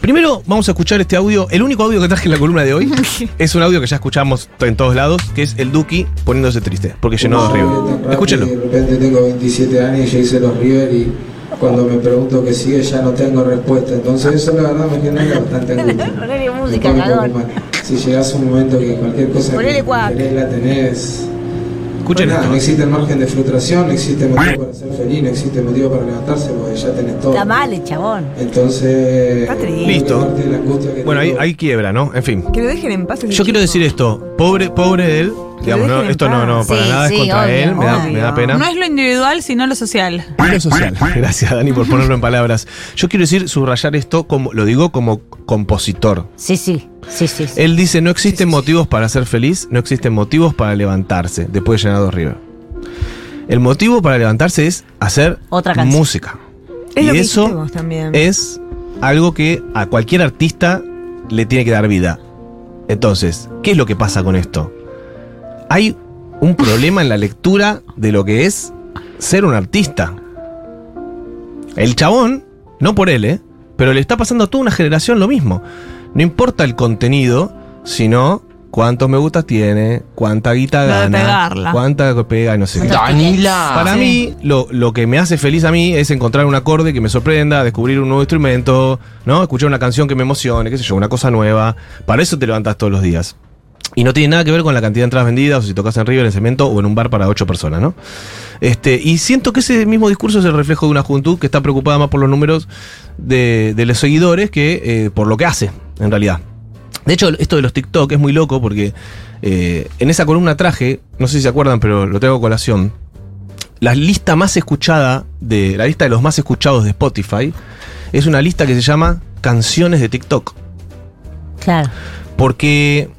[SPEAKER 2] Primero vamos a escuchar este audio. El único audio que traje en la columna de hoy es un audio que ya escuchamos en todos lados, que es el Duki poniéndose triste, porque llenó dos River. Escúchenlo.
[SPEAKER 6] De repente tengo 27 años y ya hice los River y cuando me pregunto qué sigue ya no tengo respuesta. Entonces eso la verdad me genera bastante angustia.
[SPEAKER 1] Ponele música,
[SPEAKER 6] Me pone
[SPEAKER 1] cagón.
[SPEAKER 6] como mal. Si llegas a un momento que cualquier cosa
[SPEAKER 4] Ponele
[SPEAKER 6] que
[SPEAKER 4] cuac.
[SPEAKER 6] querés la tenés...
[SPEAKER 2] Escuchen
[SPEAKER 6] nada, no
[SPEAKER 2] esto. ¿eh?
[SPEAKER 6] existe margen de frustración, no existe motivo para ser feliz, no existe motivo para levantarse porque ya tenés todo.
[SPEAKER 1] Está mal, el chabón.
[SPEAKER 6] Entonces...
[SPEAKER 4] Está triste.
[SPEAKER 2] Listo.
[SPEAKER 6] parte de la angustia que
[SPEAKER 2] Bueno, ahí,
[SPEAKER 6] tengo-
[SPEAKER 2] ahí quiebra, ¿no? En fin.
[SPEAKER 4] Que lo dejen en paz. ese
[SPEAKER 2] Yo quiero
[SPEAKER 4] chico.
[SPEAKER 2] decir esto. Pobre, pobre de él. Digamos, no,
[SPEAKER 4] dejen en
[SPEAKER 2] esto no,
[SPEAKER 4] paz.
[SPEAKER 2] no, para
[SPEAKER 1] Sí,
[SPEAKER 2] nada
[SPEAKER 1] sí,
[SPEAKER 2] es contra
[SPEAKER 1] obvio,
[SPEAKER 2] él. Me da,
[SPEAKER 4] obvio.
[SPEAKER 2] me da pena.
[SPEAKER 3] No es lo individual, sino lo social.
[SPEAKER 2] Y lo social. Gracias, Dani, por ponerlo en palabras. Yo quiero decir, subrayar esto, como, lo digo como compositor.
[SPEAKER 1] Sí, sí, sí, sí. sí.
[SPEAKER 2] Él dice, no existen motivos para ser feliz, no existen motivos para levantarse después de llenar dos River. El motivo para levantarse es hacer
[SPEAKER 1] Otra canción.
[SPEAKER 2] música.
[SPEAKER 4] Es
[SPEAKER 2] y
[SPEAKER 4] lo que
[SPEAKER 2] eso Eh,
[SPEAKER 4] dijiste vos también.
[SPEAKER 2] es algo que a cualquier artista le tiene que dar vida. Entonces, ¿qué es lo que pasa con esto? Hay un problema en la lectura de lo que es ser un artista. El chabón, no por él, ¿eh? pero le está pasando a toda una generación lo mismo. No importa el contenido, sino cuántos me gustas tiene, cuánta guita
[SPEAKER 3] La de
[SPEAKER 2] gana,
[SPEAKER 3] pegarla.
[SPEAKER 2] cuánta pega y no sé qué.
[SPEAKER 7] Danila.
[SPEAKER 2] Para mí, lo, lo que me hace feliz a mí es encontrar un acorde que me sorprenda, descubrir un nuevo instrumento, ¿no? Escuchar una canción que me emocione, qué sé yo, una cosa nueva. Para eso te levantas todos los días. Y no tiene nada que ver con la cantidad de entradas vendidas o si tocas en River, en Cemento o en un bar para ocho personas, ¿no? Este, y siento que ese mismo discurso es el reflejo de una juventud que está preocupada más por los números de, de los seguidores que eh, por lo que hace, en realidad. De hecho, esto de los TikTok es muy loco porque eh, en esa columna traje, no sé si se acuerdan, pero lo tengo a colación. La lista más escuchada de. La lista de los más escuchados de Spotify es una lista que se llama Canciones de TikTok.
[SPEAKER 1] Claro.
[SPEAKER 2] Porque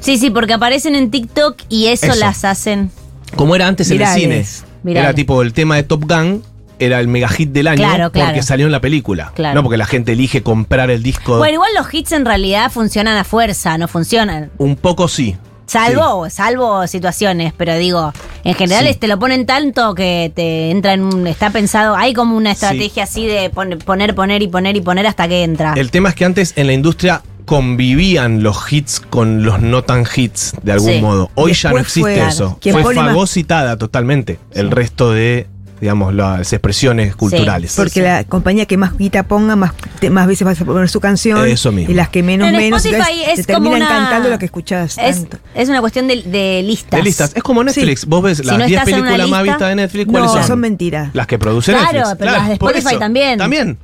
[SPEAKER 1] Sí, sí, porque aparecen en TikTok y eso,
[SPEAKER 2] Eso.
[SPEAKER 1] las hacen.
[SPEAKER 2] Como era antes en el
[SPEAKER 4] Virales,
[SPEAKER 2] cine.
[SPEAKER 1] virales.
[SPEAKER 2] Era tipo el tema de Top Gun. Era el mega hit del año
[SPEAKER 1] Claro, claro.
[SPEAKER 2] porque salió en la película.
[SPEAKER 1] Claro.
[SPEAKER 2] No porque la gente elige comprar el disco.
[SPEAKER 1] Bueno, igual los hits en realidad funcionan a fuerza, no funcionan.
[SPEAKER 2] un poco sí.
[SPEAKER 1] Salvo, salvo situaciones, pero digo, en general
[SPEAKER 2] Sí.
[SPEAKER 1] es- te lo ponen tanto que te entra en un. Está pensado, hay como una
[SPEAKER 2] Sí.
[SPEAKER 1] estrategia así de pon- poner, poner y poner y poner hasta que entra.
[SPEAKER 2] El tema es que antes en la industria convivían los hits con los no tan hits de algún
[SPEAKER 1] Sí.
[SPEAKER 2] modo. Hoy ya no
[SPEAKER 4] Después fue-
[SPEAKER 2] existe
[SPEAKER 4] claro.
[SPEAKER 2] eso.
[SPEAKER 4] Quien
[SPEAKER 2] Fue
[SPEAKER 4] pone más-
[SPEAKER 2] fagocitada totalmente el resto de, digamos, las expresiones culturales.
[SPEAKER 4] Porque la compañía que más guita ponga, más, te- más veces vas a poner su canción.
[SPEAKER 2] Eso mismo.
[SPEAKER 4] Y las que menos,
[SPEAKER 1] En
[SPEAKER 4] menos.
[SPEAKER 1] Spotify
[SPEAKER 4] entonces
[SPEAKER 1] es
[SPEAKER 4] te
[SPEAKER 1] como
[SPEAKER 4] terminan
[SPEAKER 1] una-
[SPEAKER 4] cantando lo que escuchás
[SPEAKER 1] es,
[SPEAKER 4] tanto.
[SPEAKER 1] es una cuestión de, de listas.
[SPEAKER 2] De listas. Es como Netflix.
[SPEAKER 4] Sí.
[SPEAKER 2] Vos ves
[SPEAKER 1] Si
[SPEAKER 2] las
[SPEAKER 1] no
[SPEAKER 2] 10
[SPEAKER 1] estás en una
[SPEAKER 2] películas más
[SPEAKER 1] lista-
[SPEAKER 2] vistas de Netflix.
[SPEAKER 4] No,
[SPEAKER 2] ¿Cuáles son?
[SPEAKER 4] son mentiras.
[SPEAKER 2] Las que produce
[SPEAKER 1] Claro,
[SPEAKER 2] Netflix.
[SPEAKER 1] pero las de
[SPEAKER 2] por
[SPEAKER 1] Spotify
[SPEAKER 2] eso.
[SPEAKER 1] también.
[SPEAKER 2] También.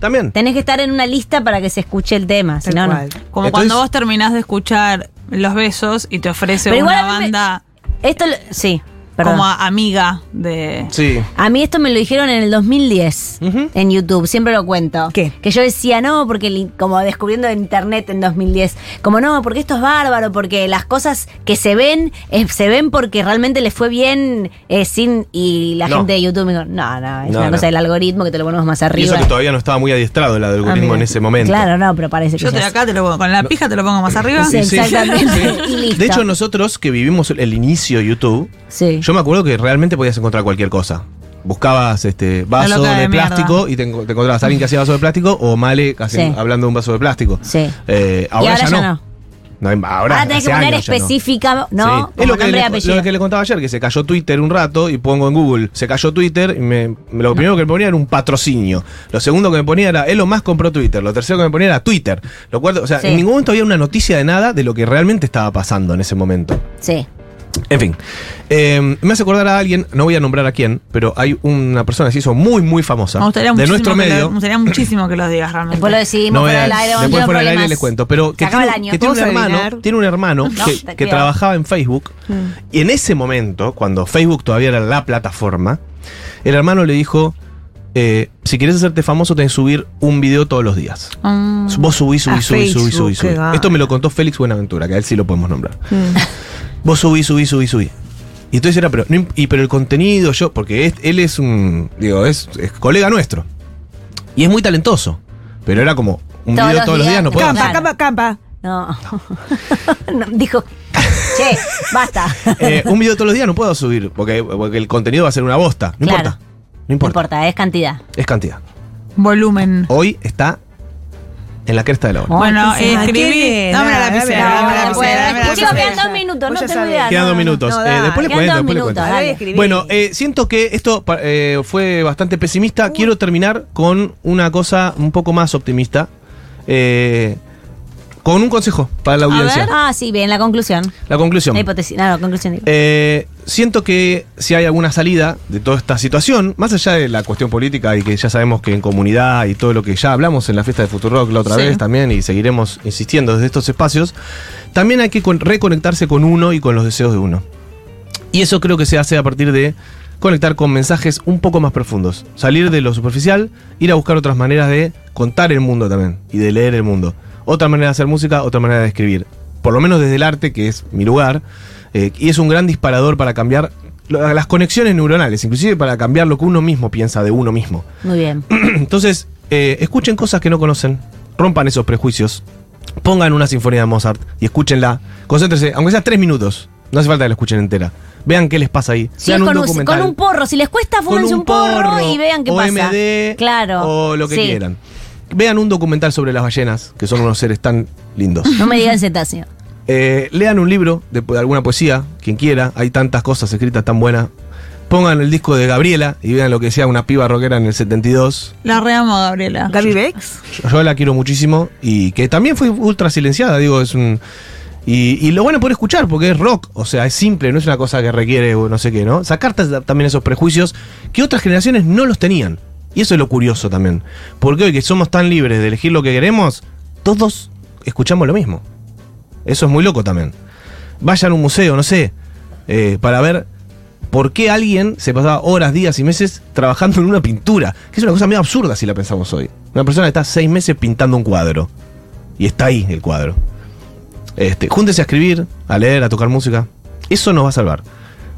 [SPEAKER 2] También.
[SPEAKER 1] Tenés que estar en una lista para que se escuche el tema, si
[SPEAKER 4] Tal
[SPEAKER 1] no, no.
[SPEAKER 4] cual.
[SPEAKER 3] Como
[SPEAKER 2] Entonces-
[SPEAKER 3] cuando vos terminás de escuchar Los Besos y te ofrece
[SPEAKER 1] Pero igual
[SPEAKER 3] una
[SPEAKER 1] a mí me-
[SPEAKER 3] banda
[SPEAKER 1] Esto, lo- sí, perdón.
[SPEAKER 3] como a- amiga de...
[SPEAKER 2] Sí.
[SPEAKER 1] A mí esto me lo dijeron en el 2010
[SPEAKER 2] Ujú.
[SPEAKER 1] en YouTube, siempre lo cuento.
[SPEAKER 4] ¿Qué?
[SPEAKER 1] Que yo decía, no, porque el in- como descubriendo en internet en 2010, como no, porque esto es bárbaro, porque las cosas que se ven, eh, se ven porque realmente les fue bien eh, sin. Y la
[SPEAKER 2] No.
[SPEAKER 1] gente de YouTube me dijo, no, no, es
[SPEAKER 2] No,
[SPEAKER 1] una
[SPEAKER 2] no.
[SPEAKER 1] cosa del algoritmo que te lo ponemos más
[SPEAKER 2] Y
[SPEAKER 1] arriba.
[SPEAKER 2] eso que todavía no estaba muy adiestrado el
[SPEAKER 1] Ah,
[SPEAKER 2] algoritmo
[SPEAKER 1] mira.
[SPEAKER 2] en ese momento.
[SPEAKER 1] Claro, no, pero parece que
[SPEAKER 3] Yo
[SPEAKER 1] ya
[SPEAKER 3] te
[SPEAKER 1] es.
[SPEAKER 3] acá te lo pongo, con la pija te lo pongo más arriba.
[SPEAKER 1] Sí,
[SPEAKER 2] Sí, sí.
[SPEAKER 1] exactamente. Y listo.
[SPEAKER 2] De hecho, nosotros que vivimos el inicio de YouTube,
[SPEAKER 1] Sí.
[SPEAKER 2] yo me acuerdo que realmente podías encontrar cualquier cosa. Buscabas este vaso
[SPEAKER 3] loca
[SPEAKER 2] de,
[SPEAKER 3] de mierda.
[SPEAKER 2] plástico y te, enco- te encontrabas a alguien que hacía vaso de plástico o Male casi
[SPEAKER 1] Sí.
[SPEAKER 2] hablando de un vaso de plástico.
[SPEAKER 1] Sí.
[SPEAKER 2] Eh,
[SPEAKER 1] y
[SPEAKER 2] ahora,
[SPEAKER 1] ahora
[SPEAKER 2] ya no. No hay- ahora,
[SPEAKER 1] Ahora Ah, tenés que
[SPEAKER 2] hace
[SPEAKER 1] poner
[SPEAKER 2] años ya no.
[SPEAKER 1] específica, ¿no?
[SPEAKER 2] Sí.
[SPEAKER 1] Como
[SPEAKER 2] Es lo que,
[SPEAKER 1] nombre y
[SPEAKER 2] le,
[SPEAKER 1] apellido.
[SPEAKER 2] lo que le contaba ayer, que se cayó Twitter un rato y pongo en Google, se cayó Twitter y me, me- lo primero que me ponía era un patrocinio. Lo segundo que me ponía era Elon Musk compró Twitter. Lo tercero que me ponía era Twitter. Lo cuarto, o sea,
[SPEAKER 1] Sí.
[SPEAKER 2] en ningún momento había una noticia de nada de lo que realmente estaba pasando en ese momento.
[SPEAKER 1] Sí.
[SPEAKER 2] En fin, eh, me hace acordar a alguien, no voy a nombrar a quién, pero hay una persona que se hizo muy, muy famosa
[SPEAKER 3] Me gustaría
[SPEAKER 2] de
[SPEAKER 3] muchísimo
[SPEAKER 2] nuestro
[SPEAKER 3] que lo-
[SPEAKER 2] medio.
[SPEAKER 3] me gustaría muchísimo que los digas realmente.
[SPEAKER 1] Después lo decidimos
[SPEAKER 2] No,
[SPEAKER 1] fuera
[SPEAKER 2] eh,
[SPEAKER 1] del aire. vamos,
[SPEAKER 2] después
[SPEAKER 1] tengo
[SPEAKER 2] fuera del aire
[SPEAKER 1] problemas.
[SPEAKER 2] les cuento. Pero
[SPEAKER 1] Se
[SPEAKER 2] que,
[SPEAKER 1] acaba
[SPEAKER 2] tiene,
[SPEAKER 1] el año.
[SPEAKER 2] que tiene un
[SPEAKER 4] ¿Vamos a
[SPEAKER 2] hermano,
[SPEAKER 4] adivinar?
[SPEAKER 2] tiene un hermano
[SPEAKER 1] No, Mm.
[SPEAKER 2] que,
[SPEAKER 1] está
[SPEAKER 2] que
[SPEAKER 1] cuidado.
[SPEAKER 2] trabajaba en Facebook. Y en ese momento, cuando Facebook todavía era la plataforma, el hermano le dijo: eh, Si quieres hacerte famoso, tenés que subir un video todos los días.
[SPEAKER 3] Mm.
[SPEAKER 2] Vos subís, subís,
[SPEAKER 4] A
[SPEAKER 2] subís, subís,
[SPEAKER 4] Facebook,
[SPEAKER 2] subís,
[SPEAKER 4] qué
[SPEAKER 2] subís.
[SPEAKER 4] gana.
[SPEAKER 2] Esto me lo contó Félix Buenaventura, que a él sí lo podemos nombrar. Vos subís, subís, subís, subís. Y entonces era, pero, no imp- y, pero el contenido, yo, porque es- él es un, digo, es, es colega nuestro. Y es muy talentoso. Pero era como un
[SPEAKER 1] Todos
[SPEAKER 2] video
[SPEAKER 1] los
[SPEAKER 2] todos los días,
[SPEAKER 1] días,
[SPEAKER 2] no puedo.
[SPEAKER 1] claro.
[SPEAKER 4] Campa, campa, campa.
[SPEAKER 1] No. No, Dijo, che, basta.
[SPEAKER 2] Eh, un video todos los días no puedo subir, porque, porque el contenido va a ser una bosta. No
[SPEAKER 1] Claro.
[SPEAKER 2] importa. No
[SPEAKER 1] No
[SPEAKER 2] importa.
[SPEAKER 1] importa, es cantidad.
[SPEAKER 2] Es cantidad.
[SPEAKER 3] Volumen.
[SPEAKER 2] Hoy está en la cresta de la ola.
[SPEAKER 3] bueno,
[SPEAKER 4] ¿qué será?
[SPEAKER 3] escribí.
[SPEAKER 4] ¿Quién
[SPEAKER 3] Dame la
[SPEAKER 4] era?
[SPEAKER 3] lapicera,
[SPEAKER 4] Eh,
[SPEAKER 3] dame la lapicera,
[SPEAKER 4] Dame la lapicera,
[SPEAKER 3] dame la
[SPEAKER 4] dame
[SPEAKER 1] Chicos,
[SPEAKER 4] la
[SPEAKER 3] lapicera.
[SPEAKER 1] quedan dos minutos, no
[SPEAKER 4] Vos ya
[SPEAKER 1] tengo
[SPEAKER 4] sabés.
[SPEAKER 1] idea.
[SPEAKER 2] Quedan
[SPEAKER 1] no.
[SPEAKER 2] dos minutos.
[SPEAKER 4] no,
[SPEAKER 2] Eh,
[SPEAKER 4] dale,
[SPEAKER 2] después le
[SPEAKER 1] quedan
[SPEAKER 2] cuento,
[SPEAKER 1] dos
[SPEAKER 2] después le
[SPEAKER 1] minutos,
[SPEAKER 2] cuento.
[SPEAKER 1] dale.
[SPEAKER 4] escribí.
[SPEAKER 2] Bueno, eh, siento que esto pa- eh, fue bastante pesimista. Quiero terminar con una cosa un poco más optimista. Eh, con un consejo para la audiencia.
[SPEAKER 1] Ah, sí, bien, la conclusión.
[SPEAKER 2] La conclusión.
[SPEAKER 1] La hipótesis. No, la conclusión. digo.
[SPEAKER 2] Eh, siento que si hay alguna salida de toda esta situación, más allá de la cuestión política y que ya sabemos que en comunidad y todo lo que ya hablamos en la fiesta de Futurock la otra
[SPEAKER 3] Sí.
[SPEAKER 2] vez también y seguiremos insistiendo desde estos espacios, también hay que con- reconectarse con uno y con los deseos de uno. Y eso creo que se hace a partir de conectar con mensajes un poco más profundos, salir de lo superficial, ir a buscar otras maneras de contar el mundo también y de leer el mundo. Otra manera de hacer música, otra manera de escribir. Por lo menos desde el arte, que es mi lugar, eh, y es un gran disparador para cambiar lo- las conexiones neuronales, inclusive para cambiar lo que uno mismo piensa de uno mismo.
[SPEAKER 1] Muy bien.
[SPEAKER 2] Entonces, eh, escuchen cosas que no conocen, rompan esos prejuicios, pongan una sinfonía de Mozart y escúchenla. Concéntrense, aunque sea tres minutos, no hace falta que la escuchen entera. Vean qué les pasa ahí.
[SPEAKER 1] Si
[SPEAKER 2] Vean
[SPEAKER 1] es con,
[SPEAKER 2] un
[SPEAKER 1] un,
[SPEAKER 2] documental.
[SPEAKER 1] con un porro, si les cuesta,
[SPEAKER 2] Con
[SPEAKER 1] fúmense un, porro, y vean qué
[SPEAKER 2] o
[SPEAKER 1] pasa.
[SPEAKER 2] MD,
[SPEAKER 1] claro.
[SPEAKER 2] O lo que
[SPEAKER 1] sí.
[SPEAKER 2] quieran. Vean un documental sobre las ballenas, que son unos seres tan lindos.
[SPEAKER 1] No me digan cetáceo.
[SPEAKER 2] Eh, lean un libro de, po- alguna poesía, quien quiera, hay tantas cosas escritas tan buenas. Pongan el disco de Gabriela y vean lo que sea una piba rockera en el 72.
[SPEAKER 3] La reamo, Gabriela.
[SPEAKER 4] Gaby Bex.
[SPEAKER 2] Yo, yo la quiero muchísimo y que también fue ultra silenciada, digo, es un... Y, y lo van a poder escuchar porque es rock, o sea, es simple, no es una cosa que requiere o no sé qué, ¿no? Sacar tas- también esos prejuicios que otras generaciones no los tenían. Y eso es lo curioso también. Porque hoy que somos tan libres de elegir lo que queremos, todos escuchamos lo mismo. Eso es muy loco también. Vayan a un museo, no sé, eh, para ver por qué alguien se pasaba horas, días y meses trabajando en una pintura. Que es una cosa medio absurda si la pensamos hoy. Una persona que está seis meses pintando un cuadro. Y está ahí el cuadro. Este, júntense a escribir, a leer, a tocar música. Eso nos va a salvar.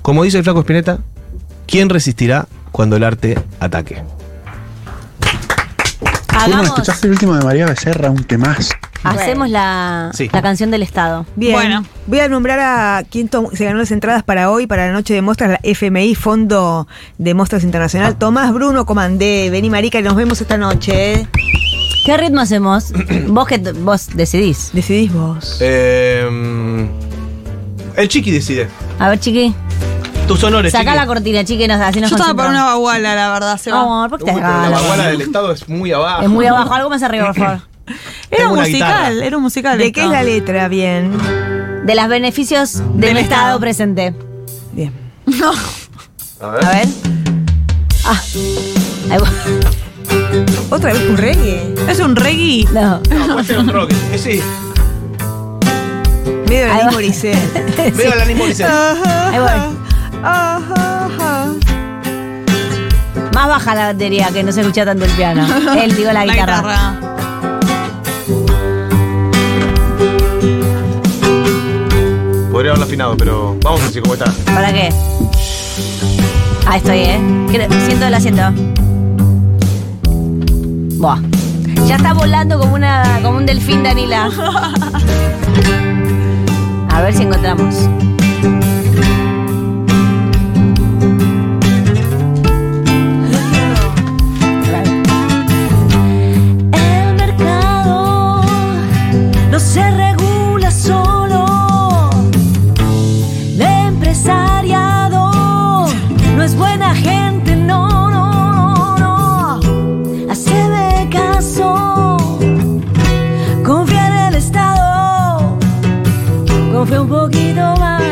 [SPEAKER 2] Como dice el flaco Espineta, ¿quién resistirá cuando el arte ataque?
[SPEAKER 1] Hagamos,
[SPEAKER 7] ¿Escuchaste el último de María Becerra? Un temazo.
[SPEAKER 1] hacemos la,
[SPEAKER 2] Sí.
[SPEAKER 1] la canción del Estado.
[SPEAKER 4] Bien.
[SPEAKER 3] Bueno.
[SPEAKER 4] Voy a nombrar a quien tom- se ganó las entradas para hoy, para la noche de muestras, la FMI, Fondo de Muestras Internacional. Tomás Bruno Comandé. Vení, Marica, y nos vemos esta noche. ¿eh?
[SPEAKER 1] ¿Qué ritmo hacemos? vos que vos decidís.
[SPEAKER 4] Decidís vos.
[SPEAKER 2] Em, el chiqui decide.
[SPEAKER 1] A ver, chiqui.
[SPEAKER 2] Tus honores.
[SPEAKER 1] Sacá la cortina, chiqui, nos, así nos
[SPEAKER 3] Yo estaba por una
[SPEAKER 1] concentramos.
[SPEAKER 3] baguala, la verdad, se va.
[SPEAKER 1] Amor, ¿por qué te
[SPEAKER 2] la
[SPEAKER 1] regalas?
[SPEAKER 2] baguala del Estado es muy abajo.
[SPEAKER 1] Ah, Es muy abajo, algo más arriba, por favor.
[SPEAKER 3] Era
[SPEAKER 2] Tengo
[SPEAKER 3] un
[SPEAKER 2] una
[SPEAKER 3] musical,
[SPEAKER 2] guitarra.
[SPEAKER 3] era un musical.
[SPEAKER 4] ¿De
[SPEAKER 3] esto.
[SPEAKER 4] qué es la letra? Bien.
[SPEAKER 1] De los beneficios del,
[SPEAKER 3] Del
[SPEAKER 1] estado,
[SPEAKER 3] Estado.
[SPEAKER 1] presente.
[SPEAKER 4] Bien.
[SPEAKER 2] A
[SPEAKER 1] A ver. Ah. Ahí va.
[SPEAKER 4] ¿Otra vez un reggae?
[SPEAKER 3] Es un reggae.
[SPEAKER 1] No.
[SPEAKER 2] No, puede ser otro que- eh, sí,
[SPEAKER 4] Medio de
[SPEAKER 1] Ahí va.
[SPEAKER 4] Alanis Morissette.
[SPEAKER 2] veo al animal y dice,
[SPEAKER 1] Ahí voy. Más baja la batería, que no se escucha tanto el piano. Él, digo, la guitarra.
[SPEAKER 2] Podría haberlo afinado, pero vamos así como está.
[SPEAKER 1] ¿Para qué? Ah, estoy, ¿eh? Creo- siento el asiento. Buah. Ya está volando como, una, como un delfín, Danila. A ver si encontramos. El mercado no se regula solo. El empresariado no es buena gente, no, no, no, no. Haceme caso, confía en el Estado, confía un poquito más.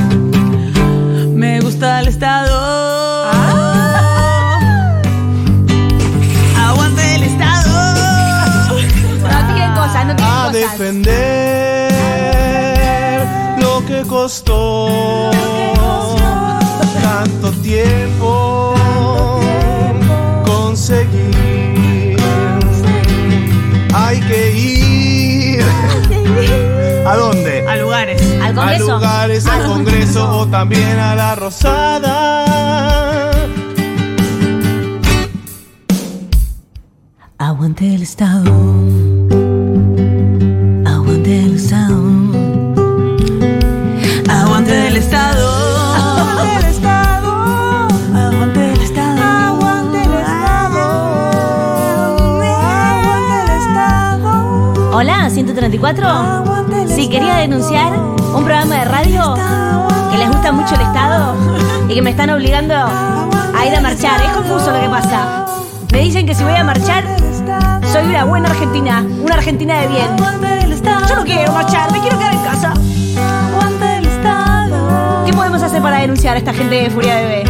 [SPEAKER 3] Ah.
[SPEAKER 2] Ah, defender lo que costó tanto tiempo conseguir. Hay que ir. ¿A dónde?
[SPEAKER 3] A lugares.
[SPEAKER 1] Al
[SPEAKER 2] a
[SPEAKER 1] Congreso. Ah.
[SPEAKER 2] lugares, al Congreso o también a la Rosada.
[SPEAKER 1] Aguante el Estado. Aguante el Estado.
[SPEAKER 3] Aguante del Estado. Aguante del Estado. Aguante del Estado. Aguante del Estado. Aguante del Estado.
[SPEAKER 1] Hola, 134.
[SPEAKER 3] Aguante el
[SPEAKER 1] Si quería denunciar un programa de radio que les gusta mucho el Estado y que me están obligando a ir a marchar. Es confuso lo que pasa. Me dicen que si voy a marchar, soy una buena argentina, una argentina de bien. Yo no quiero marchar, me quiero quedar en casa. ¿Qué podemos hacer para denunciar a esta gente de Furia Bebé?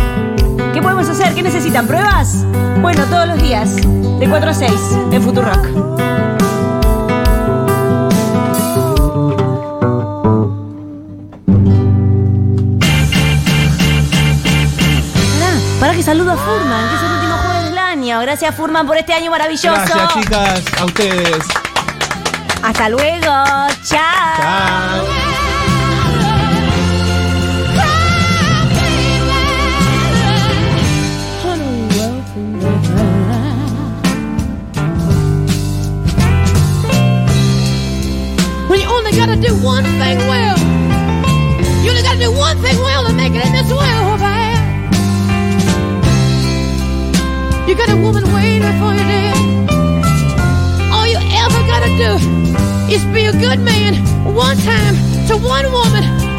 [SPEAKER 1] ¿Qué podemos hacer? ¿Qué necesitan? ¿Pruebas? Bueno, todos los días, de 4 a 6, en Futurock. Pará, pará que saludo a Furman, que es el último jueves del año. Gracias, Furman, por este año maravilloso.
[SPEAKER 8] Gracias, chicas, a ustedes.
[SPEAKER 1] Hasta luego. Chao.
[SPEAKER 8] Chao.
[SPEAKER 9] When you only gotta do one thing well, you only gotta do one thing well to make it in this world, oh, man. You got a woman waiting for you there. All you ever gotta do is be a good man one time to one woman